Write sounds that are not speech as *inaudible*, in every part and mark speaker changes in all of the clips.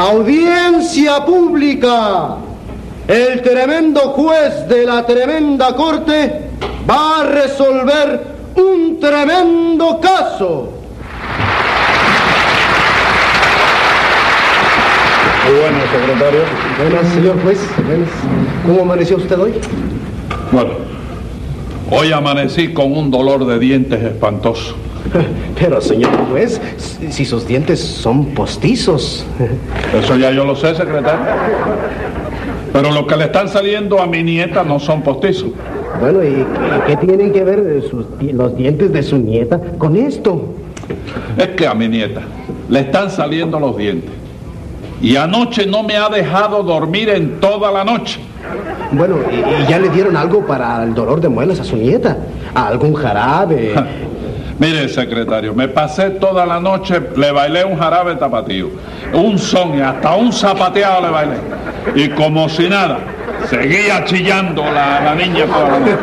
Speaker 1: Audiencia pública. El tremendo juez de la tremenda corte va a resolver un tremendo caso.
Speaker 2: Muy bueno, secretario.
Speaker 1: Buenas, señor juez. Buenas. ¿Cómo amaneció usted hoy?
Speaker 2: Bueno, hoy amanecí con un dolor de dientes espantoso.
Speaker 1: Pero, señor juez, si- si sus dientes son postizos.
Speaker 2: Eso ya yo lo sé, secretario. Pero lo que le están saliendo a mi nieta no son postizos.
Speaker 1: Bueno, ¿y qué- qué tienen que ver eh, sus di- los dientes de su nieta con esto?
Speaker 2: Es que a mi nieta le están saliendo los dientes. Y anoche no me ha dejado dormir en toda la noche.
Speaker 1: Bueno, ¿y, y ya le dieron algo para el dolor de muelas a su nieta? ¿Algún jarabe?
Speaker 2: Mire, secretario, me pasé toda la noche, le bailé un jarabe tapatío, un son y hasta un zapateado le bailé. Y como si nada, seguía chillando la, la niña toda la noche.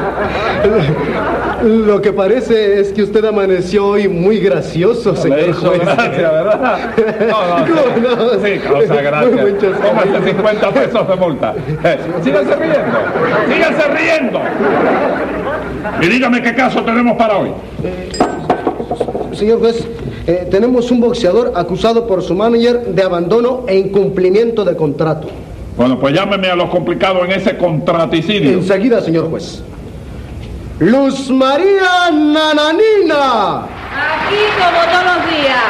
Speaker 1: *laughs* Lo que parece es que usted amaneció hoy muy gracioso, *laughs*
Speaker 2: Le hizo gracia, ¿verdad? No, no, sí.
Speaker 1: ¿Cómo no?
Speaker 2: Sí,
Speaker 1: *laughs*
Speaker 2: causa gracia.
Speaker 1: Muchas
Speaker 2: Cómase 50 pesos de multa. Eh, síganse riendo, síganse riendo. Y dígame qué caso tenemos para hoy.
Speaker 1: Señor juez, eh, tenemos un boxeador acusado por su manager de abandono e incumplimiento de contrato.
Speaker 2: Bueno, pues llámeme a los complicados en ese contraticidio.
Speaker 1: Enseguida, señor juez. Luz María Nananina.
Speaker 3: Aquí como todos los días.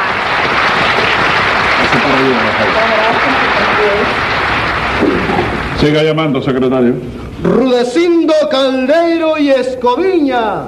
Speaker 2: Siga llamando, secretario.
Speaker 1: Rudecindo Caldeiro y Escoviña.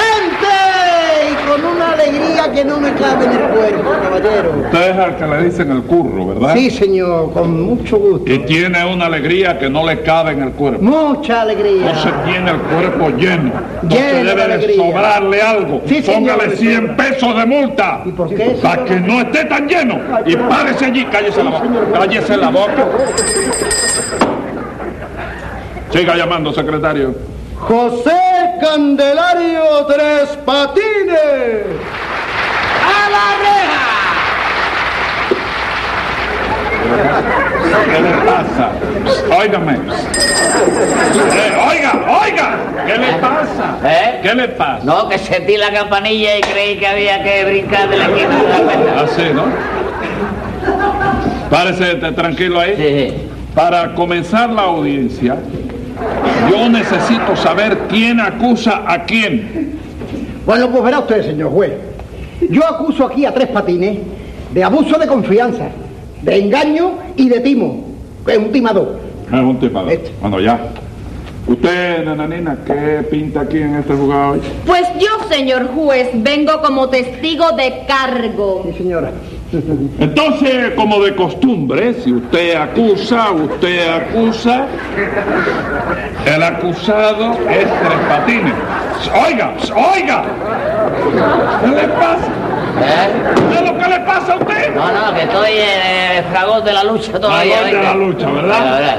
Speaker 4: ¡Presente! Y con una alegría que no me cabe en el cuerpo, caballero.
Speaker 2: Usted es al que le dicen el curro, ¿verdad?
Speaker 4: Sí, señor, con mucho gusto.
Speaker 2: Y tiene una alegría que no le cabe en el cuerpo.
Speaker 4: Mucha
Speaker 2: No se
Speaker 4: alegría.
Speaker 2: tiene el cuerpo lleno. No
Speaker 4: Lleno
Speaker 2: se
Speaker 4: de
Speaker 2: debe de
Speaker 4: alegría.
Speaker 2: sobrarle algo.
Speaker 4: Sí, señor,
Speaker 2: Póngale
Speaker 4: le
Speaker 2: 100 pesos de multa.
Speaker 4: ¿Y por qué,
Speaker 2: Para
Speaker 4: señor?
Speaker 2: que no esté tan lleno. Y párese allí, cállese la boca. Cállese la boca. Siga llamando, secretario.
Speaker 1: José Candelario Tres Patines.
Speaker 3: ¡A la reja!
Speaker 2: ¿Qué le pasa? Óigame. Eh, oiga, oiga. ¿Qué le pasa?
Speaker 5: ¿Eh?
Speaker 2: ¿Qué le pasa?
Speaker 5: No, que sentí la campanilla y creí que había que brincar de la esquina de la cuenta.
Speaker 2: Así, ¿no? Párese t- tranquilo ahí.
Speaker 5: Sí,
Speaker 2: Para comenzar la audiencia, yo necesito saber quién acusa a quién.
Speaker 4: Bueno, pues verá usted, señor juez. Yo acuso aquí a tres patines de abuso de confianza, de engaño y de timo. Que es un timador.
Speaker 2: Es Ah, un tipador.
Speaker 4: Este.
Speaker 2: Bueno, ya. Usted, nananina, ¿qué pinta aquí en este juzgado hoy?
Speaker 3: Pues yo, señor juez, vengo como testigo de cargo.
Speaker 4: Sí, señora.
Speaker 2: Entonces, como de costumbre, si usted acusa, usted acusa, el acusado es Tres Patines. ¡Oiga! ¡Oiga! ¿Qué le pasa?
Speaker 5: ¿Eh?
Speaker 2: ¿Qué es lo que le pasa a usted?
Speaker 5: No, no, que estoy en el fragor de la lucha todavía.
Speaker 2: Fragor de
Speaker 5: ¿viste?
Speaker 2: la lucha, ¿verdad?
Speaker 5: La verdad.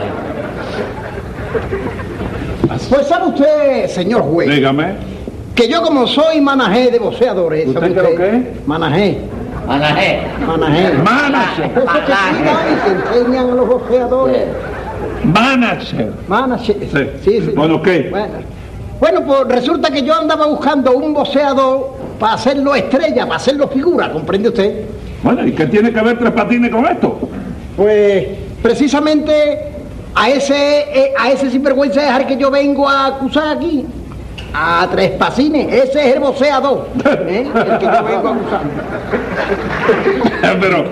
Speaker 4: Pues sabe usted, señor juez,
Speaker 2: Dígame.
Speaker 4: que yo como soy manajé de boxeadores, ¿sabe
Speaker 2: ¿Usted creo
Speaker 4: Manajé,
Speaker 5: Manajé.
Speaker 4: manajé.
Speaker 2: Manager.
Speaker 4: Cosas que
Speaker 5: Manajé.
Speaker 4: cuidan y que enseñan a los boxeadores.
Speaker 2: Manager.
Speaker 4: Manager.
Speaker 2: Sí. Bueno, ¿qué?
Speaker 4: Bueno. Bueno, pues resulta que yo andaba buscando un boceador para hacerlo estrella, para hacerlo figura, ¿comprende usted?
Speaker 2: Bueno, ¿y qué tiene que ver Tres Patines con esto? *laughs*
Speaker 4: Pues precisamente a ese, eh, a ese sinvergüenza dejar que yo vengo a acusar aquí. A tres pasines, ese es el boceador, ¿eh? el que yo vengo a acusar.
Speaker 2: Pero,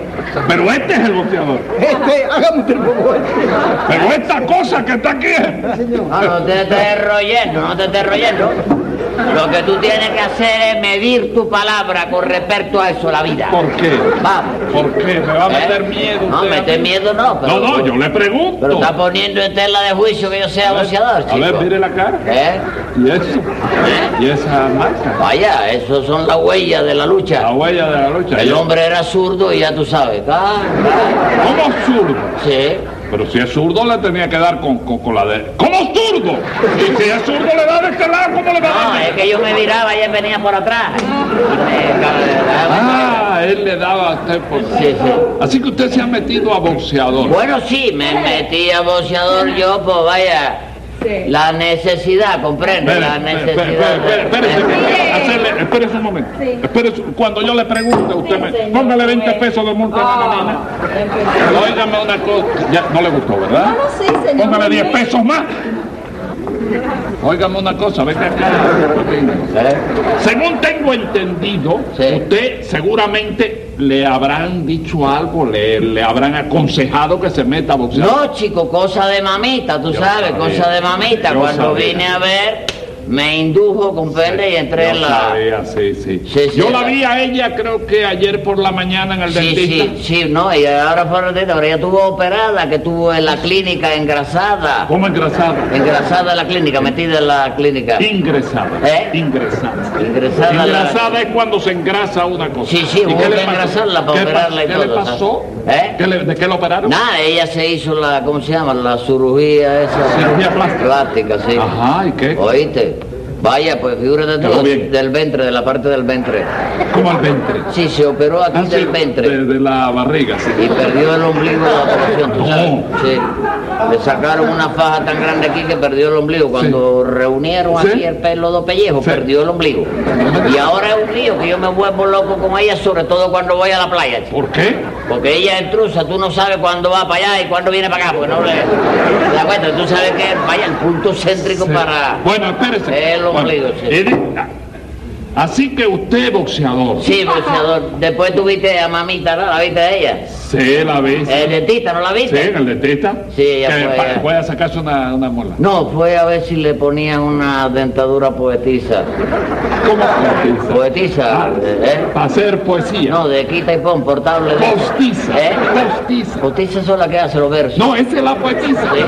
Speaker 2: pero este es el boxeador.
Speaker 4: Este, hágame usted el favor.
Speaker 2: Pero esta cosa que está aquí es...
Speaker 5: No, no
Speaker 2: *laughs*
Speaker 5: te estés royendo, no te estés royendo. Lo que tú tienes que hacer es medir tu palabra con respecto a eso, la vida.
Speaker 2: ¿Por qué?
Speaker 5: Vamos.
Speaker 2: ¿Por qué? Me va a
Speaker 5: ¿eh?
Speaker 2: meter miedo.
Speaker 5: No,
Speaker 2: usted a
Speaker 5: meter
Speaker 2: mí.
Speaker 5: miedo no.
Speaker 2: No,
Speaker 5: Pero,
Speaker 2: no, yo le pregunto.
Speaker 5: Pero está poniendo en tela de juicio que yo sea boxeador, chico.
Speaker 2: A ver, mire la cara.
Speaker 5: ¿Eh?
Speaker 2: Y eso. Y esa marca.
Speaker 5: Vaya, esos son las huellas de la lucha.
Speaker 2: La huella de la lucha.
Speaker 5: El hombre era zurdo y ya tú sabes. Ah,
Speaker 2: ¿Cómo zurdo?
Speaker 5: sí.
Speaker 2: Pero si es zurdo, le tenía que dar con, con, con la de... ¿Cómo zurdo? Y si es zurdo, le da de este lado, ¿cómo le va a
Speaker 5: No,
Speaker 2: dar?
Speaker 5: es que yo me viraba y él venía por atrás. Eh, cabrón, de verdad,
Speaker 2: Ah, él le daba a usted por...
Speaker 5: Sí, sí.
Speaker 2: Así que usted se ha metido a boxeador.
Speaker 5: Bueno, sí, me metí a boxeador yo, pues vaya. La necesidad, comprende,
Speaker 2: Espere,
Speaker 5: la
Speaker 2: espere,
Speaker 5: necesidad.
Speaker 2: espere, espere, espere, espere, espere, hacerle- espérese un momento.
Speaker 3: Sí.
Speaker 2: Espérese- cuando yo le pregunte, usted me... Póngale 20 pesos de multa a la nena.
Speaker 5: Ah.
Speaker 2: Óigame una cosa. Ya, no le gustó, ¿verdad?
Speaker 3: No, no, sí, señor.
Speaker 2: Póngale 10 pesos más. Óigame una cosa, venga acá.
Speaker 5: ¿Sale?
Speaker 2: Según tengo entendido,
Speaker 5: Sí.
Speaker 2: usted seguramente le habrán dicho algo, le, le habrán aconsejado que se meta a boxear.
Speaker 5: No, chico, cosa de mamita, tú
Speaker 2: Yo
Speaker 5: sabes,
Speaker 2: sabía,
Speaker 5: cosa de mamita.
Speaker 2: yo
Speaker 5: Cuando
Speaker 2: sabía.
Speaker 5: vine a ver, me indujo, comprende, y entré
Speaker 2: Yo
Speaker 5: en la...
Speaker 2: sabía, sí, sí.
Speaker 5: Sí, sí,
Speaker 2: Yo la
Speaker 5: la-
Speaker 2: vi a ella creo que ayer por la mañana en el
Speaker 5: Sí,
Speaker 2: dentista.
Speaker 5: sí, sí, no, y ahora fue dentista, pero ella estuvo operada, que estuvo en la clínica engrasada.
Speaker 2: ¿Cómo engrasada?
Speaker 5: Engrasada en la clínica, metida en la clínica.
Speaker 2: Ingresada.
Speaker 5: ¿Eh?
Speaker 2: Ingresada.
Speaker 5: Ingresada la-
Speaker 2: Engrasada es cuando se engrasa una cosa.
Speaker 5: Sí, sí,
Speaker 2: ¿Y
Speaker 5: hubo
Speaker 2: qué le
Speaker 5: que
Speaker 2: pasó?
Speaker 5: engrasarla para
Speaker 2: ¿Qué le
Speaker 5: operarla y
Speaker 2: pasó? ¿Qué le
Speaker 5: todo,
Speaker 2: pasó?
Speaker 5: ¿sabes? ¿Eh?
Speaker 2: ¿Qué le- ¿De qué la operaron?
Speaker 5: Nada, ella se hizo la, ¿cómo se llama? La cirugía esa.
Speaker 2: Cirugía plástica.
Speaker 5: Plástica, sí.
Speaker 2: Ajá, ¿y qué?
Speaker 5: ¿Oíste? Vaya, pues figúrate tú,
Speaker 2: Quedó bien.
Speaker 5: del ventre, de la parte del ventre.
Speaker 2: ¿Cómo el ventre?
Speaker 5: Sí, se operó aquí
Speaker 2: Ah, sí,
Speaker 5: del ventre.
Speaker 2: De, de la barriga, sí.
Speaker 5: Y perdió el ombligo de la operación, ¿tú sabes?
Speaker 2: No.
Speaker 5: Sí. Le sacaron una faja tan grande aquí que perdió el ombligo. Cuando reunieron
Speaker 2: Sí.
Speaker 5: aquí el pelo de pellejo,
Speaker 2: Sí.
Speaker 5: perdió el ombligo. Y ahora es un lío que yo me vuelvo loco con ella, sobre todo cuando voy a la playa. chico.
Speaker 2: ¿Por qué?
Speaker 5: Porque ella es intrusa, tú no sabes cuándo va para allá y cuándo viene para acá, porque no le... ¿Te das cuenta? Tú sabes que vaya el punto céntrico para...
Speaker 2: Bueno, espérese.
Speaker 5: El ombligo,
Speaker 2: Bueno,
Speaker 5: sí.
Speaker 2: y di- Así que usted es boxeador.
Speaker 5: Sí, boxeador. Después tuviste a mamita, ¿no? ¿La viste a ella?
Speaker 2: Sí, la ve. Sí,
Speaker 5: El dentista, ¿no la viste?
Speaker 2: en el dentista.
Speaker 5: Eh, Sí, ella
Speaker 2: que
Speaker 5: fue
Speaker 2: pa-
Speaker 5: allá.
Speaker 2: fue a sacarse una, una mola.
Speaker 5: No, fue a ver si le ponían una dentadura poetiza.
Speaker 2: ¿Cómo postiza?
Speaker 5: Poetiza, ¿eh?
Speaker 2: Para hacer poesía.
Speaker 5: No, de quita y pon, portable. de-
Speaker 2: Postiza.
Speaker 5: ¿Eh?
Speaker 2: Postiza.
Speaker 5: Postiza son las que hace los versos.
Speaker 2: No, esa es la poetisa.
Speaker 5: Sí.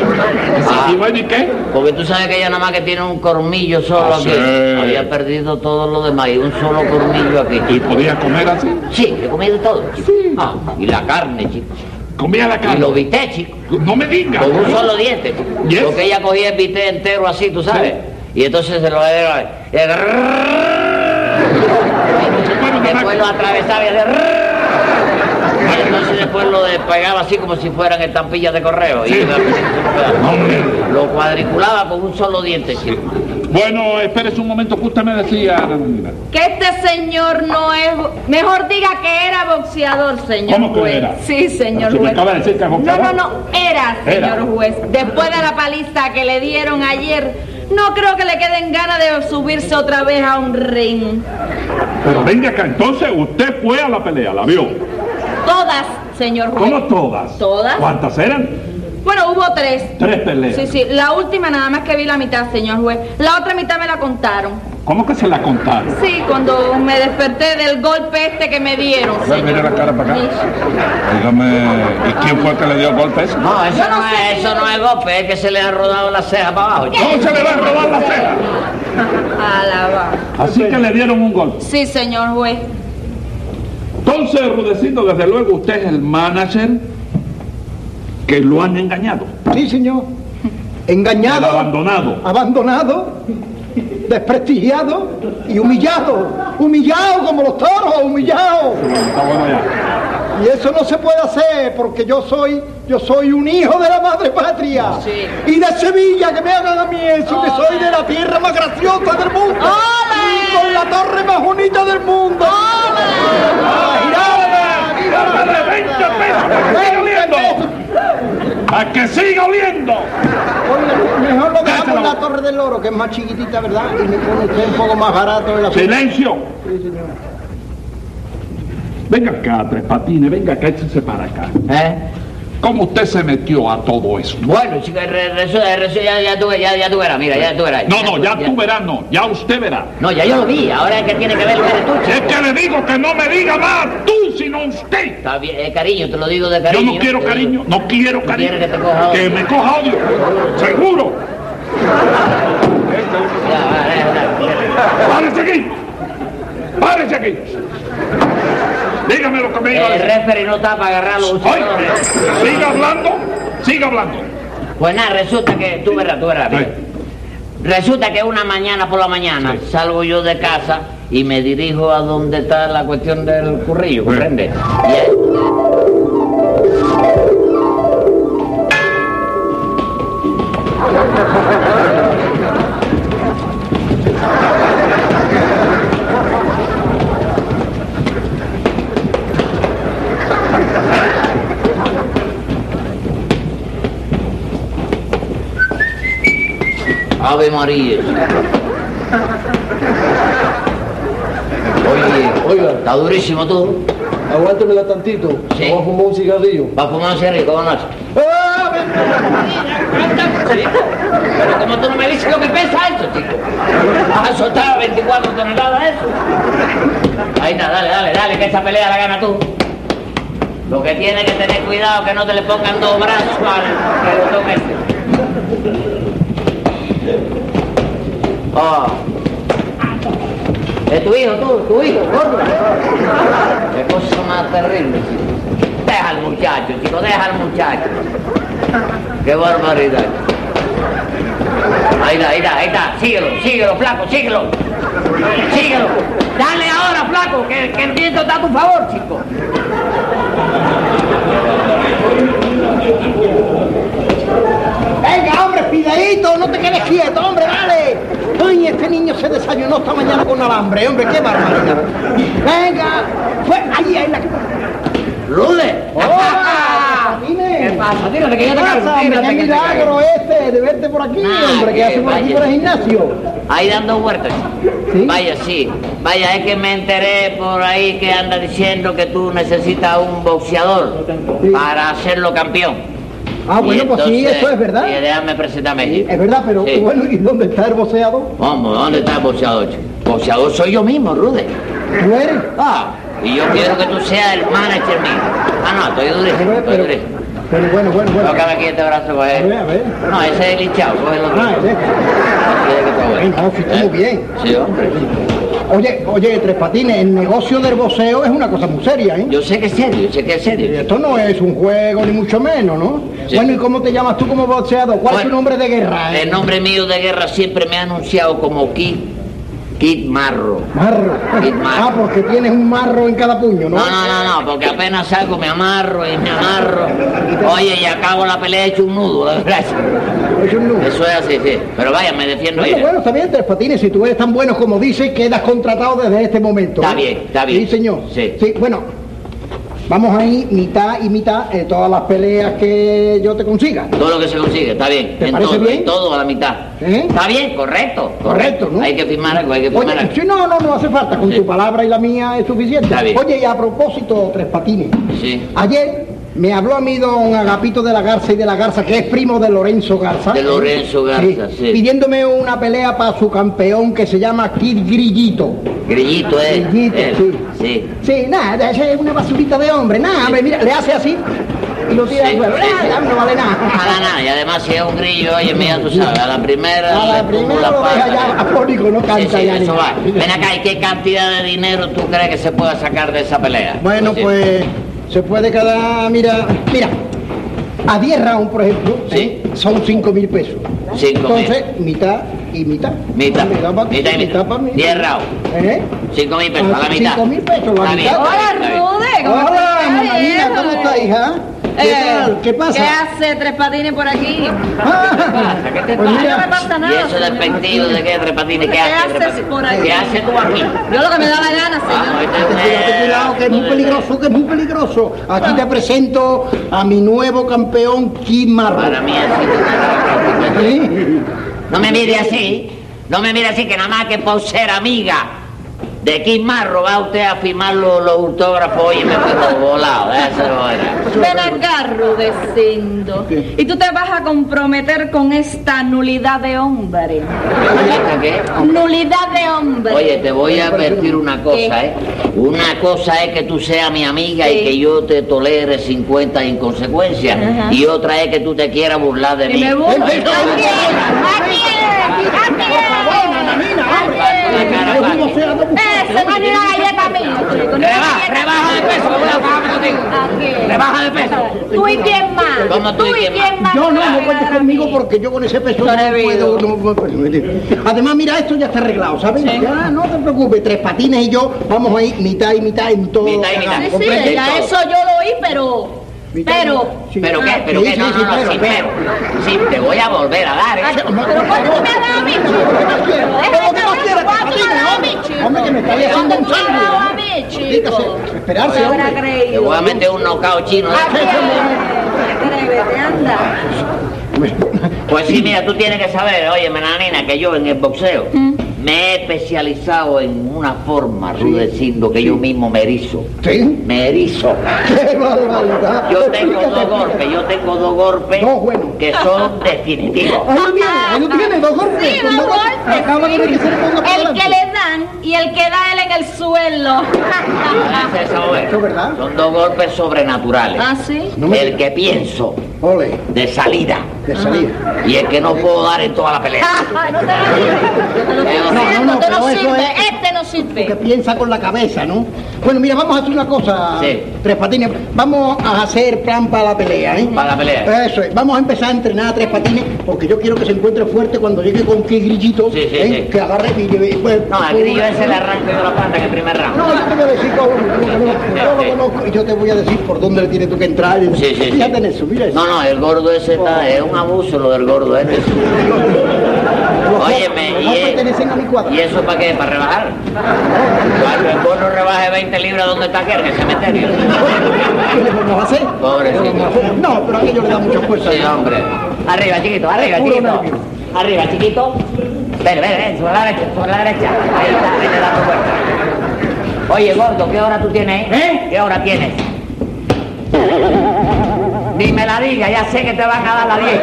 Speaker 5: Ah.
Speaker 2: ¿Y bueno, ¿y qué?
Speaker 5: Porque tú sabes que ella nada más que tiene un cornillo solo
Speaker 2: Ah,
Speaker 5: aquí.
Speaker 2: sí.
Speaker 5: Había perdido todo lo demás y un solo cornillo aquí.
Speaker 2: ¿Y podía comer así?
Speaker 5: Sí, he comido todo, chico.
Speaker 2: Sí.
Speaker 5: Ah, y la carne, chico.
Speaker 2: Comía la
Speaker 5: Y
Speaker 2: carne.
Speaker 5: los bistec, chico.
Speaker 2: No me digas.
Speaker 5: Con un solo diente, chico.
Speaker 2: Yes.
Speaker 5: Porque ella cogía el bistec entero así, tú sabes. Y entonces se lo era... y Después lo atravesaba y hacía- Y entonces después lo despegaba así como si fueran estampillas de correo. Y
Speaker 2: No, hombre.
Speaker 5: lo cuadriculaba con un solo diente, chico.
Speaker 2: Bueno, espérese un momento. ¿Qué usted me decía, Nananina?
Speaker 3: Que este señor no es... bo- Mejor diga que era boxeador, señor
Speaker 2: ¿Cómo que
Speaker 3: juez.
Speaker 2: era?
Speaker 3: Sí, señor
Speaker 2: Si me
Speaker 3: juez.
Speaker 2: acaba de decir que es
Speaker 3: no,
Speaker 2: boxeador.
Speaker 3: no, no, era,
Speaker 2: Era.
Speaker 3: señor juez. Después de la paliza que le dieron ayer, no creo que le queden ganas de subirse otra vez a un ring.
Speaker 2: Pero venga acá, entonces usted fue a la pelea, la vio.
Speaker 3: Todas, señor juez.
Speaker 2: ¿Cómo todas?
Speaker 3: Todas.
Speaker 2: ¿Cuántas eran?
Speaker 3: Bueno, hubo tres.
Speaker 2: Tres peleas.
Speaker 3: Sí, sí, la última nada más que vi la mitad, señor juez. La otra mitad me la contaron.
Speaker 2: ¿Cómo que se la contaron?
Speaker 3: Sí, cuando me desperté del golpe este que me dieron.
Speaker 2: ver, mira la cara para acá.
Speaker 3: Sí.
Speaker 2: Dígame, ¿y quién fue que le dio el golpe ese?
Speaker 5: No, eso
Speaker 3: Yo no
Speaker 5: no,
Speaker 3: sé,
Speaker 5: es, eso
Speaker 3: señor.
Speaker 5: no es golpe, es que se le han rodado las cejas para abajo. chico.
Speaker 2: ¿Cómo se le va a robar la ceja?
Speaker 3: Alabado.
Speaker 2: Así que le dieron un golpe.
Speaker 3: Sí, señor juez.
Speaker 2: Entonces, Rudecindo, desde luego usted es el manager que lo han engañado,
Speaker 4: Sí, señor.
Speaker 2: el
Speaker 4: Engañado,
Speaker 2: abandonado.
Speaker 4: abandonado, desprestigiado y humillado. Humillado como los toros, humillado.
Speaker 2: Está bueno ya.
Speaker 4: Y eso no se puede hacer porque yo soy, yo soy un hijo de la madre patria.
Speaker 3: Sí.
Speaker 4: Y de Sevilla, que me hagan a mí eso, que soy de la tierra más graciosa del mundo. Y con la torre más bonita del mundo. ¡Hola! ¡Giralda!
Speaker 2: ¡Dale 20 pesos! ¡Que siga oliendo! ¡A que siga oliendo!
Speaker 4: Oiga, Mejor lo dejamos en
Speaker 2: Cállate la
Speaker 4: la Torre del Oro, que es más chiquitita, ¿verdad? Y me pone usted un poco más barato el asunto.
Speaker 2: ¡Silencio! Venga acá, Tres Patines, venga acá, échese para acá.
Speaker 5: ¿Eh?
Speaker 2: ¿Cómo usted se metió a todo eso?
Speaker 5: Bueno, chico, re- re- re- re- ya, ya, tú, ya, ya tú verás, mira, ya tú verás.
Speaker 2: No, no, ya tú verás, no, ya usted verá.
Speaker 5: No, ya yo lo vi, ahora es que tiene que ver lo que eres tú, chico.
Speaker 2: Es que le digo que no me diga más tú, sino usted.
Speaker 5: Está bien, eh, cariño, te lo digo de
Speaker 2: Yo
Speaker 5: cariño.
Speaker 2: no quiero
Speaker 5: te lo digo.
Speaker 2: cariño, no quiero cariño.
Speaker 5: quieres que te coja odio?
Speaker 2: Que me coja odio, seguro.
Speaker 5: Ya, va, eh, eh,
Speaker 2: Párese aquí. Párese aquí. Dígame lo que me
Speaker 5: eh,
Speaker 2: iba a
Speaker 5: El
Speaker 2: decir.
Speaker 5: Eh, referee no está para agarrar los
Speaker 2: Oiga,
Speaker 5: buchones.
Speaker 2: siga hablando Siga hablando.
Speaker 5: Pues nada, resulta que. Tú verás, tú verás. mira.
Speaker 2: Sí.
Speaker 5: Resulta que una mañana por la mañana
Speaker 2: Sí.
Speaker 5: salgo yo de casa y me dirijo a donde está la cuestión del currillo, ¿comprende? Y ahí- Ave María. Oye,
Speaker 4: Oiga.
Speaker 5: está durísimo tú.
Speaker 4: Aguántemela tantito.
Speaker 5: Sí.
Speaker 4: Vamos a fumar un cigarrillo.
Speaker 5: Va a fumar un cigarrillo, ¿cómo no?
Speaker 4: Ah,
Speaker 5: Pero como tú no me dices lo que pesa eso, chico. Has soltado 24 toneladas eso. Ahí nada, dale, dale, dale, que esa pelea la gana tú. Lo que tienes que tener cuidado que no te le pongan dos brazos al pelotón este. Ah. Es tu hijo, tú, tu hijo, gordo. Qué cosa más terrible, chico. Deja al muchacho, chico, deja al muchacho. Qué barbaridad. Ahí está, ahí está, ahí está. Síguelo, síguelo, flaco, síguelo. Síguelo. Dale ahora, flaco, que, que el viento está a tu favor, chico.
Speaker 4: Venga, hombre, fideíto, no te quedes quieto, hombre, dale. Ay, este niño se desayunó esta mañana con alambre, hombre, qué barbaridad. Venga, fue ahí, ahí la... Ah,
Speaker 5: ¡Lude!
Speaker 4: ¡Hola! Patines.
Speaker 5: Ah, ¿Qué pasa? Tírate que yo te
Speaker 4: ¿Qué Oh.
Speaker 5: cargo,
Speaker 4: pasa, hombre?
Speaker 5: tírate
Speaker 4: ¡Qué
Speaker 5: que yo te
Speaker 4: milagro
Speaker 5: cargo.
Speaker 4: este de verte por aquí,
Speaker 5: Ah,
Speaker 4: hombre!
Speaker 5: que
Speaker 4: ¿Qué hace por aquí
Speaker 5: vaya.
Speaker 4: por el gimnasio?
Speaker 5: Ahí dando vueltas.
Speaker 4: ¿Sí?
Speaker 5: Vaya, sí. Vaya, es que me enteré por ahí que anda diciendo que tú necesitas un boxeador
Speaker 4: Sí.
Speaker 5: para hacerlo campeón.
Speaker 4: Ah, bueno,
Speaker 5: Y
Speaker 4: pues sí,
Speaker 5: entonces-
Speaker 4: eso es verdad.
Speaker 5: Y déjame presentarme.
Speaker 4: Sí,
Speaker 5: chico.
Speaker 4: Es verdad, pero
Speaker 5: Sí.
Speaker 4: bueno, ¿y dónde está el boceador?
Speaker 5: Vamos, ¿dónde está el boxeador? chico? Boxeador soy yo mismo, Rude.
Speaker 4: ¿Tú eres?
Speaker 5: Ah, y yo quiero que tú seas el manager mío. Ah, no, estoy durísimo,
Speaker 4: Pero,
Speaker 5: estoy
Speaker 4: pero,
Speaker 5: durísimo.
Speaker 4: pero bueno, bueno, bueno.
Speaker 5: Tócame aquí este brazo,
Speaker 4: A ver, a
Speaker 5: coge.
Speaker 4: ver.
Speaker 5: No, ese es el hinchado, coge el otro.
Speaker 4: Ah, es este.
Speaker 5: Ese que está bueno.
Speaker 4: Ay, no, sí, está muy
Speaker 5: ¿Eh?
Speaker 4: bien.
Speaker 5: Sí, hombre.
Speaker 4: Oye, oye, Tres Patines, el negocio del voceo es una cosa muy seria, ¿eh?
Speaker 5: Yo sé que es serio, yo sé que es
Speaker 4: Y
Speaker 5: serio.
Speaker 4: Esto no es un juego, ni mucho menos, ¿no?
Speaker 5: Sí.
Speaker 4: Bueno, ¿y cómo te llamas tú como boxeador? ¿Cuál es
Speaker 5: Bueno,
Speaker 4: tu nombre de guerra? eh?
Speaker 5: El nombre mío de guerra siempre me ha anunciado como Kid, Kid Marro.
Speaker 4: Marro.
Speaker 5: Kid Marro.
Speaker 4: Ah, porque tienes un marro en cada puño, ¿no?
Speaker 5: eh, No, no, no, no, porque apenas salgo me amarro y me amarro. Oye, y acabo la pelea hecho un nudo, la verdad.
Speaker 4: Es un número.
Speaker 5: Eso es así, sí. Pero vaya, me defiendo
Speaker 4: Bueno,
Speaker 5: bien.
Speaker 4: bueno, está bien, Tres Patines, si tú eres tan bueno como dices, quedas contratado desde este momento.
Speaker 5: Está
Speaker 4: ¿eh?
Speaker 5: bien, está bien.
Speaker 4: Sí, señor.
Speaker 5: Sí.
Speaker 4: bueno, vamos ahí mitad y mitad en todas las peleas que yo te consiga.
Speaker 5: Todo lo que se consigue, está bien.
Speaker 4: ¿Te
Speaker 5: en
Speaker 4: parece
Speaker 5: todo,
Speaker 4: bien?
Speaker 5: en todo a la mitad.
Speaker 4: ¿Eh?
Speaker 5: Está bien, correcto.
Speaker 4: Correcto, ¿no?
Speaker 5: Hay que firmar algo, hay que firmar
Speaker 4: Oye,
Speaker 5: algo.
Speaker 4: si no, no, no hace falta, con
Speaker 5: Sí.
Speaker 4: tu palabra y la mía es suficiente.
Speaker 5: Está bien.
Speaker 4: Oye, y a propósito, Tres Patines,
Speaker 5: Sí.
Speaker 4: ayer me habló a mí don Agapito de la Garza y de la Garza, que es primo de Lorenzo Garza.
Speaker 5: De Lorenzo Garza, sí.
Speaker 4: Pidiéndome una pelea para su campeón que se llama Kid Grillito.
Speaker 5: Grillito es.
Speaker 4: Grillito,
Speaker 5: es,
Speaker 4: sí.
Speaker 5: sí.
Speaker 4: Sí, nada, ese es una basurita de hombre, nada, hombre, mira, le hace así y lo tira al
Speaker 5: Sí, Ah,
Speaker 4: suelo,
Speaker 5: sí, sí.
Speaker 4: nada, no vale nada.
Speaker 5: Nada, nada. Y además, si es un grillo, oye, mira, tú sabes, a la primera.
Speaker 4: A la
Speaker 5: le pongo
Speaker 4: primera lo deja
Speaker 5: pata.
Speaker 4: ya apónico, no
Speaker 5: Sí,
Speaker 4: canta
Speaker 5: sí,
Speaker 4: ya. ni
Speaker 5: eso va.
Speaker 4: nada.
Speaker 5: Ven acá, ¿y qué cantidad de dinero tú crees que se pueda sacar de esa pelea?
Speaker 4: Bueno,
Speaker 5: Sí.
Speaker 4: pues se puede quedar, mira, mira, a 10 rounds, por ejemplo,
Speaker 5: Sí.
Speaker 4: ¿eh? son 5 mil pesos.
Speaker 5: Cinco mil.
Speaker 4: Entonces, mitad y mitad.
Speaker 5: Mitad,
Speaker 4: para ti,
Speaker 5: mitad y mitad.
Speaker 4: para mí.
Speaker 5: Diez rounds.
Speaker 4: ¿Eh?
Speaker 5: Cinco mil pesos, a la
Speaker 4: Cinco
Speaker 5: mitad.
Speaker 4: mil pesos, la
Speaker 5: Está bien,
Speaker 4: mitad.
Speaker 5: está
Speaker 3: Hola,
Speaker 5: bien, está bien.
Speaker 3: Rude. ¿cómo
Speaker 4: Hola,
Speaker 3: estás,
Speaker 4: Manolina,
Speaker 3: viejo?
Speaker 4: ¿cómo está, hija? ¿Qué
Speaker 3: Eh,
Speaker 4: tal? ¿Qué pasa?
Speaker 3: ¿Qué hace Tres Patines por aquí?
Speaker 4: Ah,
Speaker 5: ¿Qué te
Speaker 4: pues
Speaker 5: pasa?
Speaker 3: No me
Speaker 4: mira,
Speaker 3: pasa
Speaker 5: Y
Speaker 3: nada.
Speaker 5: eso del
Speaker 3: señor.
Speaker 5: pectivo de qué, Tres Patines, ¿qué
Speaker 3: ¿Qué
Speaker 5: haces? Tres
Speaker 3: haces
Speaker 5: Patines?
Speaker 3: por ahí?
Speaker 5: ¿Qué haces tú aquí?
Speaker 3: Yo lo que me da la gana,
Speaker 5: Vamos,
Speaker 3: señor.
Speaker 5: este es un-
Speaker 4: Cuidado, cuidado, que es
Speaker 3: Eh.
Speaker 4: muy peligroso, que es muy peligroso. Aquí te presento a mi nuevo campeón, Kim
Speaker 5: Para
Speaker 4: Marra. ¿Eh?
Speaker 5: mí así que nada.
Speaker 4: Sí.
Speaker 5: No me mire así, no me mire así, que nada más que por ser amiga de Kim Marro va usted a firmar los, los autógrafos y me quedo volado, ¿eh? eso no era.
Speaker 3: Ven acá, Rudecindo.
Speaker 4: ¿Qué?
Speaker 3: Y tú te vas a comprometer con esta nulidad de hombre.
Speaker 5: ¿Esta qué?
Speaker 3: Nulidad de hombre.
Speaker 5: Oye, te voy a advertir una cosa, ¿eh? Una cosa es que tú seas mi amiga
Speaker 3: Sí.
Speaker 5: y que yo te tolere 50 inconsecuencias.
Speaker 3: Ajá.
Speaker 5: Y otra es que tú te quieras burlar de
Speaker 3: Y
Speaker 5: mí.
Speaker 3: me voy.
Speaker 4: Ven, ven, ven, ven,
Speaker 3: Aquí, aquí, aquí.
Speaker 5: Aquí.
Speaker 4: Es un boxeador,
Speaker 3: Ese no es ni una galleta mía, chico. ni una
Speaker 5: Reba-
Speaker 3: galleta.
Speaker 5: rebaja de peso, que voy a- contigo.
Speaker 3: ¿A qué?
Speaker 5: Rebaja de peso.
Speaker 3: ¿Tú y quién más?
Speaker 5: ¿Cómo tú y quién
Speaker 3: más?
Speaker 4: Yo no,
Speaker 3: vas a
Speaker 4: no cuentes
Speaker 3: regalar a
Speaker 4: conmigo
Speaker 3: mí?
Speaker 4: porque yo con ese peso no
Speaker 3: Atrevido.
Speaker 4: puedo, no puedo. Además, mira, esto ya está arreglado, ¿sabes? Ya, no te preocupes, tres patines y yo vamos a ir mitad y mitad en todo.
Speaker 5: Mitad y
Speaker 4: lo que
Speaker 5: mitad.
Speaker 4: hagamos,
Speaker 3: Sí, sí,
Speaker 4: ¿comprendes?
Speaker 3: ya
Speaker 5: todo.
Speaker 3: eso yo lo oí, pero...
Speaker 4: Mitad y
Speaker 3: Pero...
Speaker 4: mitad. Sí.
Speaker 5: ¿Pero qué? ¿Pero
Speaker 4: Sí,
Speaker 5: qué?
Speaker 4: sí,
Speaker 5: No, no,
Speaker 4: sí,
Speaker 5: no,
Speaker 4: pero,
Speaker 5: sin
Speaker 4: pero.
Speaker 5: pero. Sí, te voy a volver a dar,
Speaker 3: Ay,
Speaker 5: ¿eh?
Speaker 3: pero ¿cuánto tú me has dado a mí, chico?
Speaker 4: ¿Cómo que no quieres,
Speaker 3: ¿Cuánto tú me has dado a mí,
Speaker 4: Patines?
Speaker 3: chico?
Speaker 4: Hombre, que me está dejando un
Speaker 3: ¿Cuánto tú me has
Speaker 4: sangre.
Speaker 3: dado a mí, chico?
Speaker 4: Maldita sea, esperarse,
Speaker 3: ¿Te habrá
Speaker 4: hombre.
Speaker 5: Te
Speaker 3: creído?
Speaker 5: voy a meter un knockout chino. ¿eh?
Speaker 3: Atrévete, anda.
Speaker 5: Pues sí, mira, tú tienes que saber, oye, menanina, que yo en el boxeo
Speaker 4: Mm.
Speaker 5: me he especializado en una forma, Rudecindo, que yo mismo me erizo.
Speaker 4: ¿Sí? *laughs*
Speaker 5: Me erizo.
Speaker 4: ¡Qué barbaridad!
Speaker 5: Yo tengo dos
Speaker 4: Explícate.
Speaker 5: golpes, yo tengo dos golpes
Speaker 4: Dos Ah, buenos.
Speaker 5: que son
Speaker 4: *laughs*
Speaker 5: definitivos.
Speaker 4: Ahí lo tiene, ahí lo tiene, dos golpes.
Speaker 3: Sí,
Speaker 4: con
Speaker 3: dos golpes,
Speaker 4: Acaba de
Speaker 3: sí.
Speaker 4: ver que se le ponga para
Speaker 3: El que
Speaker 4: adelante.
Speaker 3: le dan y el que da él en el *laughs* suelo.
Speaker 5: Háganse esa oveja.
Speaker 4: Eso es verdad.
Speaker 5: Son dos golpes sobrenaturales.
Speaker 3: ¿Ah, sí?
Speaker 4: No me
Speaker 5: El que pienso
Speaker 4: Ole,
Speaker 5: de salida
Speaker 4: de salida.
Speaker 5: y el que no puedo dar en toda la pelea.
Speaker 3: No te lo sirve.
Speaker 5: No,
Speaker 4: no, no,
Speaker 3: Este no
Speaker 4: pero eso
Speaker 3: sirve.
Speaker 4: es-
Speaker 3: Este no sirve.
Speaker 4: Que piensa con la cabeza, ¿no? Bueno, mira, vamos a hacer una cosa,
Speaker 5: Sí.
Speaker 4: Tres Patines. Vamos a hacer plan para la pelea, ¿eh?
Speaker 5: Para la pelea.
Speaker 4: Eso es. Vamos a empezar a entrenar a Tres Patines porque yo quiero que se encuentre fuerte cuando llegue con qué grillito,
Speaker 5: Sí, sí,
Speaker 4: ¿eh?
Speaker 5: sí.
Speaker 4: Que agarre y lleve... y pues-
Speaker 5: No, al grillo ese le arranco yo la pata en el primer round.
Speaker 4: No, yo te voy a decir cómo, yo lo conozco, yo lo conozco, y yo te voy a decir por dónde le tienes tú que entrar.
Speaker 5: Sí, sí, sí.
Speaker 4: Fíjate en eso, mira eso.
Speaker 5: No, no, el gordo ese está, es un abuso lo del gordo ¿eh? ese.
Speaker 4: Los dos-
Speaker 5: Óyeme,
Speaker 4: los
Speaker 5: y,
Speaker 4: dos
Speaker 5: es-
Speaker 4: pertenecen a mi cuadra.
Speaker 5: ¿y eso para qué? ¿Para rebajar? Cuando el gordo rebaje 20 libras, ¿dónde está aquel? En el cementerio.
Speaker 4: ¿Qué le vamos a hacer?
Speaker 5: Pobrecito.
Speaker 4: ¿Qué le vamos a hacer? No, pero a ellos le da mucha fuerza.
Speaker 5: Sí, hombre. Arriba, chiquito, arriba,
Speaker 4: Puro
Speaker 5: chiquito.
Speaker 4: nervio.
Speaker 5: Arriba, chiquito. Ven, ven, ven, sobre la derecha, sobre la derecha. Ahí está, vete dando vuelta. Oye, gordo, ¿qué hora tú tienes? ¿Eh? ¿Qué hora tienes? Ni me la diga, ya sé que te van a dar la 10.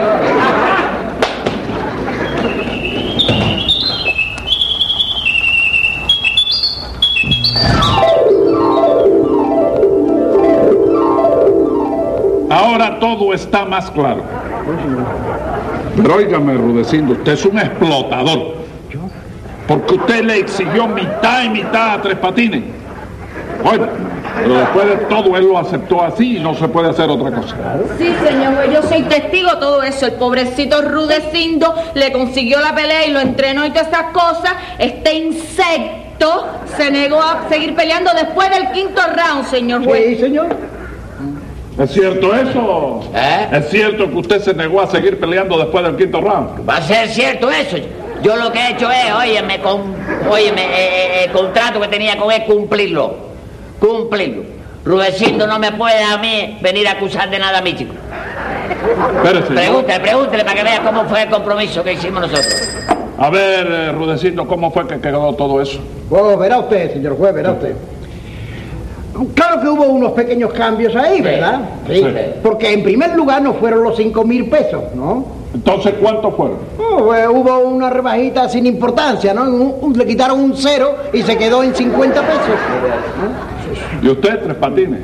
Speaker 2: Ahora todo está más claro. Pero óigame, Rudecindo, usted es un explotador. Porque usted le exigió mitad y mitad a Tres Patines. Oye, pero después de todo él lo aceptó así y no se puede hacer otra cosa.
Speaker 3: Sí, señor, pues yo soy testigo de todo eso. El pobrecito Rudecindo le consiguió la pelea y lo entrenó y todas esas cosas. Este insecto se negó a seguir peleando después del quinto round, señor juez.
Speaker 4: Sí, señor.
Speaker 2: ¿Es cierto eso?
Speaker 5: ¿Eh?
Speaker 2: ¿Es cierto que usted se negó a seguir peleando después del quinto round?
Speaker 5: Va a ser cierto eso. Yo lo que he hecho es, óyeme, con, óyeme, eh, eh, el contrato que tenía con él, cumplirlo. Cumplirlo. Rudecindo no me puede a mí venir a acusar de nada a mí, chico.
Speaker 2: Espérese. ¿no?
Speaker 5: Pregúntele, pregúntele para que vea cómo fue el compromiso que hicimos nosotros.
Speaker 2: A ver, eh, Rudecindo, ¿cómo fue que quedó todo eso?
Speaker 4: Oh, verá usted, señor juez, verá usted. Claro que hubo unos pequeños cambios ahí, ¿verdad?
Speaker 5: Sí.
Speaker 4: Porque en primer lugar no fueron los cinco mil pesos, ¿no?
Speaker 2: Entonces, ¿cuántos fueron?
Speaker 4: Oh, pues, hubo una rebajita sin importancia, ¿no? Un- un- le quitaron un cero y se quedó en 50 pesos.
Speaker 2: ¿Y usted, Tres Patines?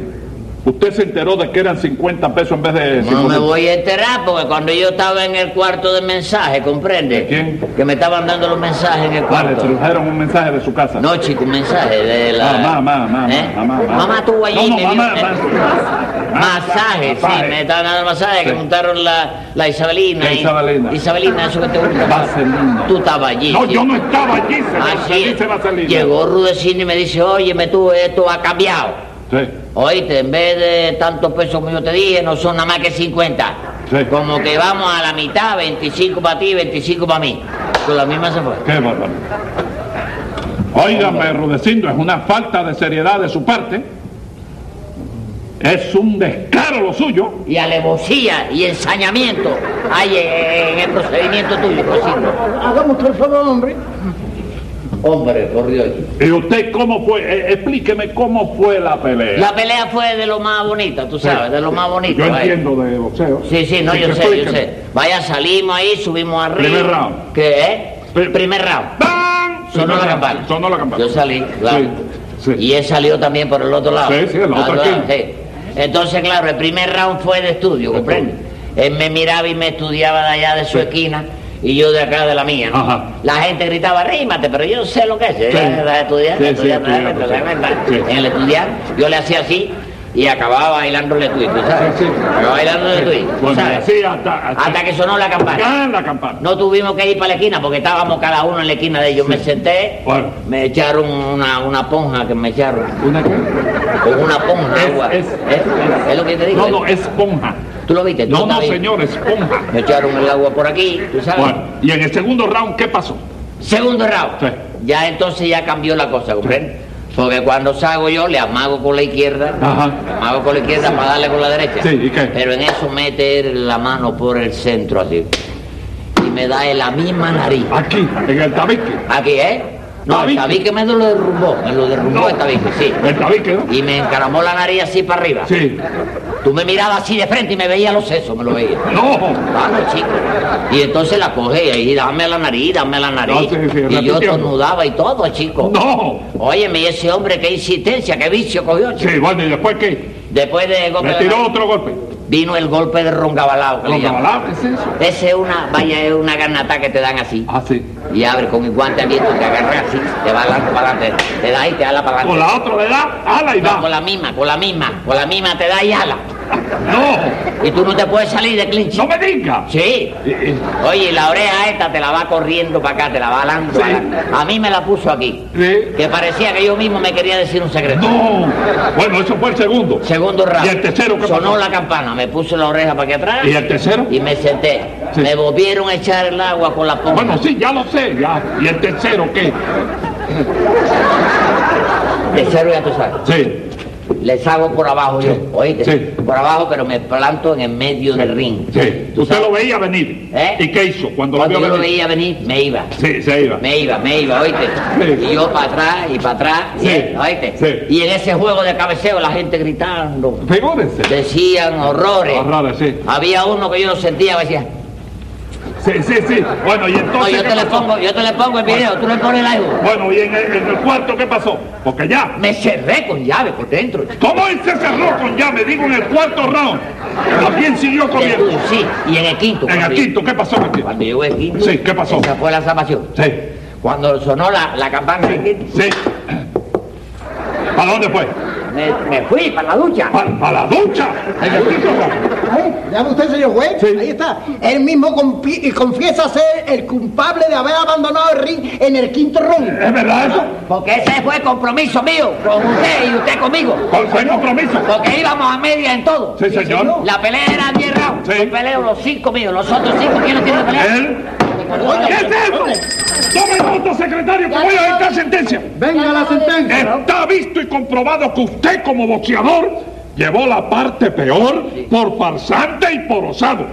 Speaker 2: ¿Usted se enteró de que eran 50 pesos en vez de...
Speaker 5: No
Speaker 2: 50?
Speaker 5: me voy a enterar porque cuando yo estaba en el cuarto de mensaje, ¿comprende?
Speaker 2: ¿De quién?
Speaker 5: Que me estaban dando los mensajes en el
Speaker 2: Ah, le
Speaker 5: cuarto.
Speaker 2: trajeron un mensaje de su casa.
Speaker 5: No, chico, un mensaje de la...
Speaker 2: Ah, mamá, mamá, mamá,
Speaker 5: ¿Eh?
Speaker 2: mamá, mamá.
Speaker 5: Mamá estuvo allí.
Speaker 2: No,
Speaker 5: y
Speaker 2: no,
Speaker 5: me dio-
Speaker 2: mamá,
Speaker 5: eh,
Speaker 2: mamá.
Speaker 5: Masaje, sí,
Speaker 2: Masaje.
Speaker 5: me estaban dando masaje, que
Speaker 2: Sí.
Speaker 5: montaron la, la Isabelina.
Speaker 2: La
Speaker 5: y-
Speaker 2: Isabelina.
Speaker 5: Isabelina, eso que te gusta.
Speaker 2: Vaselina.
Speaker 5: Tú estabas allí.
Speaker 2: No,
Speaker 5: sí.
Speaker 2: yo no estaba allí, se
Speaker 5: Ah,
Speaker 2: me-
Speaker 5: sí.
Speaker 2: se dice Vaselina.
Speaker 5: Llegó Rudecindo y me dice, oye, me tú, esto ha cambiado.
Speaker 2: Sí.
Speaker 5: Oíste, en vez de tantos pesos como yo te dije, no son nada más que 50.
Speaker 2: Sí.
Speaker 5: Como que vamos a la mitad, 25 para ti, 25 para mí. Con la misma se fue.
Speaker 2: Qué bárbaro. Óigame, Rudecindo, es una falta de seriedad de su parte. Es un descaro lo suyo.
Speaker 5: y alevosía y ensañamiento hay eh, en el procedimiento tuyo, Rudecindo.
Speaker 4: Hagamos usted el favor, hombre.
Speaker 5: Hombre, por Dios.
Speaker 2: ¿Y usted cómo fue? Eh, explíqueme cómo fue la pelea.
Speaker 5: La pelea fue de lo más bonito, tú
Speaker 2: Sí.
Speaker 5: sabes, de lo más bonito.
Speaker 2: Pues, Yo
Speaker 5: vaya.
Speaker 2: entiendo de boxeo.
Speaker 5: Sí, sí, no,
Speaker 2: Así
Speaker 5: yo
Speaker 2: que
Speaker 5: sé, yo
Speaker 2: explíqueme.
Speaker 5: sé. Vaya, salimos ahí, subimos arriba.
Speaker 2: Primer round.
Speaker 5: ¿Qué, eh?
Speaker 2: Pri-
Speaker 5: Primer round.
Speaker 2: ¡Bam!
Speaker 5: Sonó la campana.
Speaker 2: Sonó la campana.
Speaker 5: Yo salí, claro.
Speaker 2: Sí, sí.
Speaker 5: Y él salió también por el otro lado.
Speaker 2: Sí, sí, el otro
Speaker 5: Al
Speaker 2: aquí.
Speaker 5: lado, sí. Entonces, claro, el primer round fue de estudio, ¿comprendes? Él me miraba y me estudiaba de allá de su esquina y yo de acá de la mía. ¿no?
Speaker 2: Ajá.
Speaker 5: La gente gritaba, arrímate, pero yo sé lo que es. Era- era estudiar,
Speaker 2: Sí, sí,
Speaker 5: estudiar,
Speaker 2: estudiar,
Speaker 5: estudiar,
Speaker 2: sí.
Speaker 5: estudiar. En el estudiar, yo le hacía así y acababa bailándole tú, ¿tú sabes?
Speaker 2: Sí, sí.
Speaker 5: Acababa bailándole
Speaker 2: Sí,
Speaker 5: tú,
Speaker 2: pues,
Speaker 5: ¿sabes?
Speaker 2: sí, hasta- hasta-
Speaker 5: Hasta que sonó la campana.
Speaker 2: ¡Ah, la campana!
Speaker 5: No tuvimos que ir para la esquina porque estábamos cada uno en la esquina de ellos. Me senté,
Speaker 2: Bueno.
Speaker 5: me echaron una, una ponja que me echaron.
Speaker 2: ¿Una qué?
Speaker 5: Con una ponja,
Speaker 2: Es-
Speaker 5: agua.
Speaker 2: es-
Speaker 5: ¿Eh? Es lo que te digo.
Speaker 2: No,
Speaker 5: ¿eh?
Speaker 2: no, esponja.
Speaker 5: Tú lo viste, tú
Speaker 2: No,
Speaker 5: lo
Speaker 2: no,
Speaker 5: sabías.
Speaker 2: señor, esponja.
Speaker 5: Me echaron el agua por aquí, tú sabes.
Speaker 2: Bueno, y en el segundo round, ¿qué pasó?
Speaker 5: Segundo round.
Speaker 2: Sí.
Speaker 5: Ya entonces ya cambió la cosa, ¿comprende? Porque cuando salgo yo le amago con la izquierda,
Speaker 2: Ajá.
Speaker 5: le amago con la izquierda para darle con la derecha.
Speaker 2: Sí, ¿y qué?
Speaker 5: Pero en eso mete él la mano por el centro así. Y me da en la misma nariz.
Speaker 2: Aquí, en el tabique.
Speaker 5: Aquí, ¿eh? No, el
Speaker 2: Tabique.
Speaker 5: tabique me lo derrumbó, me lo derrumbó
Speaker 2: No.
Speaker 5: el tabique, sí.
Speaker 2: El tabique, ¿no?
Speaker 5: Y me encaramó la nariz así para arriba.
Speaker 2: Sí.
Speaker 5: Tú me mirabas así de frente y me veía los sesos, me lo veía.
Speaker 2: No.
Speaker 5: Ah, no, chico. Y entonces la coge y dame la nariz, dame la
Speaker 2: No,
Speaker 5: nariz.
Speaker 2: sí, sí,
Speaker 5: y yo
Speaker 2: repitiendo.
Speaker 5: tornudaba y todo, chico.
Speaker 2: No.
Speaker 5: Óyeme, y ese hombre, qué insistencia, qué vicio cogió, chico.
Speaker 2: Sí, bueno, ¿y después qué?
Speaker 5: Después de golpe
Speaker 2: Le
Speaker 5: de
Speaker 2: tiró
Speaker 5: nariz,
Speaker 2: otro golpe.
Speaker 5: vino el golpe de roncabalao. que le
Speaker 2: ¿Los
Speaker 5: llaman.
Speaker 2: cabalados? ¿Qué es eso?
Speaker 5: Ese es una, vaya, es una garnata que te dan así.
Speaker 2: Ah, sí.
Speaker 5: Y abre con el guante abierto, te agarra así, te va adelante para adelante, te da y te ala para
Speaker 2: Con
Speaker 5: adelante.
Speaker 2: la otra le da, ala y
Speaker 5: No, con
Speaker 2: da.
Speaker 5: la misma, con la misma, con la misma te da y ala.
Speaker 2: No,
Speaker 5: Y tú no te puedes salir de clinch.
Speaker 2: no me diga.
Speaker 5: Sí.
Speaker 2: Eh, eh,
Speaker 5: Oye, la oreja esta te la va corriendo para acá, te la va alando.
Speaker 2: Sí.
Speaker 5: A mí me la puso aquí.
Speaker 2: Sí.
Speaker 5: Que parecía que yo mismo me quería decir un secreto.
Speaker 2: eh, No. Bueno, eso fue el segundo.
Speaker 5: Segundo round.
Speaker 2: ¿Y el tercero qué
Speaker 5: Sonó
Speaker 2: pasó?
Speaker 5: la campana, me puso la oreja para aquí atrás.
Speaker 2: ¿Y el tercero?
Speaker 5: y me senté.
Speaker 2: Sí.
Speaker 5: Me volvieron a echar el agua con la pompa.
Speaker 2: Bueno, sí, ya lo sé, ya. ¿Y el tercero qué?
Speaker 5: Tercero ya tú sabes.
Speaker 2: Sí.
Speaker 5: Les hago por abajo yo, ¿oíste?
Speaker 2: Sí.
Speaker 5: Por abajo, pero me planto en el medio del ring.
Speaker 2: Sí.
Speaker 5: ¿Tú
Speaker 2: Usted
Speaker 5: sabes?
Speaker 2: lo veía venir.
Speaker 5: ¿Eh?
Speaker 2: ¿Y qué hizo cuando,
Speaker 5: Cuando yo
Speaker 2: lo vio
Speaker 5: lo
Speaker 2: venir?
Speaker 5: veía venir, me iba.
Speaker 2: Sí, se iba.
Speaker 5: Me iba, me iba, oíste.
Speaker 2: Sí.
Speaker 5: Y yo para atrás y para atrás,
Speaker 2: Sí.
Speaker 5: y él, oíste.
Speaker 2: Sí.
Speaker 5: Y en ese juego de cabeceo la gente gritando,
Speaker 2: Figúrese.
Speaker 5: decían horrores.
Speaker 2: Horrores, sí.
Speaker 5: Había uno que yo lo sentía, me decía,
Speaker 2: Sí, sí, sí. Bueno, y
Speaker 5: no,
Speaker 2: entonces.
Speaker 5: yo
Speaker 2: ¿qué
Speaker 5: te le
Speaker 2: pasó?
Speaker 5: pongo, yo te le pongo el video, tú le pones el algo.
Speaker 2: Bueno, y en el, en el cuarto, ¿qué pasó? Porque ya.
Speaker 5: Me cerré con llave por dentro. chico.
Speaker 2: ¿Cómo él se cerró con ya? Me digo en el cuarto round. También siguió
Speaker 5: De-
Speaker 2: comiendo.
Speaker 5: sí, y en el quinto.
Speaker 2: En el
Speaker 5: cuando yo-
Speaker 2: quinto, ¿qué pasó en el quinto?
Speaker 5: Cuando llegó el quinto,
Speaker 2: Sí, ¿qué pasó?
Speaker 5: esa fue la salvación.
Speaker 2: Sí,
Speaker 5: Cuando sonó la, la campana del quinto,
Speaker 2: sí. ¿Para dónde fue?
Speaker 5: me, me fui para la ducha.
Speaker 2: ¿Para, la ducha? En el quinto round.
Speaker 4: Ahí, Ya ve usted, señor juez,
Speaker 2: Sí.
Speaker 4: ahí está. Él mismo compi- confiesa ser el culpable de haber abandonado el ring en el quinto round.
Speaker 2: ¿Es verdad eso?
Speaker 5: Porque ese fue el compromiso mío con usted y usted conmigo.
Speaker 2: ¿Cuál fue el compromiso?
Speaker 5: Porque íbamos a media en todo.
Speaker 2: Sí, señor.
Speaker 5: La pelea era 10 rounds.
Speaker 2: Sí. ¿Eh?
Speaker 5: Yo peleo los 5 míos. Los otros 5, ¿quién los tiene que pelear?
Speaker 2: ¿Él? ¿Qué es eso? ¡Tome nota, secretario, que voy a dictar sentencia!
Speaker 1: Venga la sentencia.
Speaker 2: Está visto y comprobado que usted como boxeador llevó la parte peor por farsante y por osado.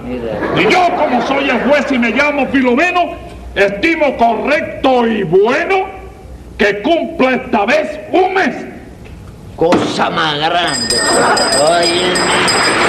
Speaker 2: Y yo como soy el juez y me llamo Filomeno, estimo correcto y bueno que cumpla esta vez un mes.
Speaker 5: Cosa más grande. Oye,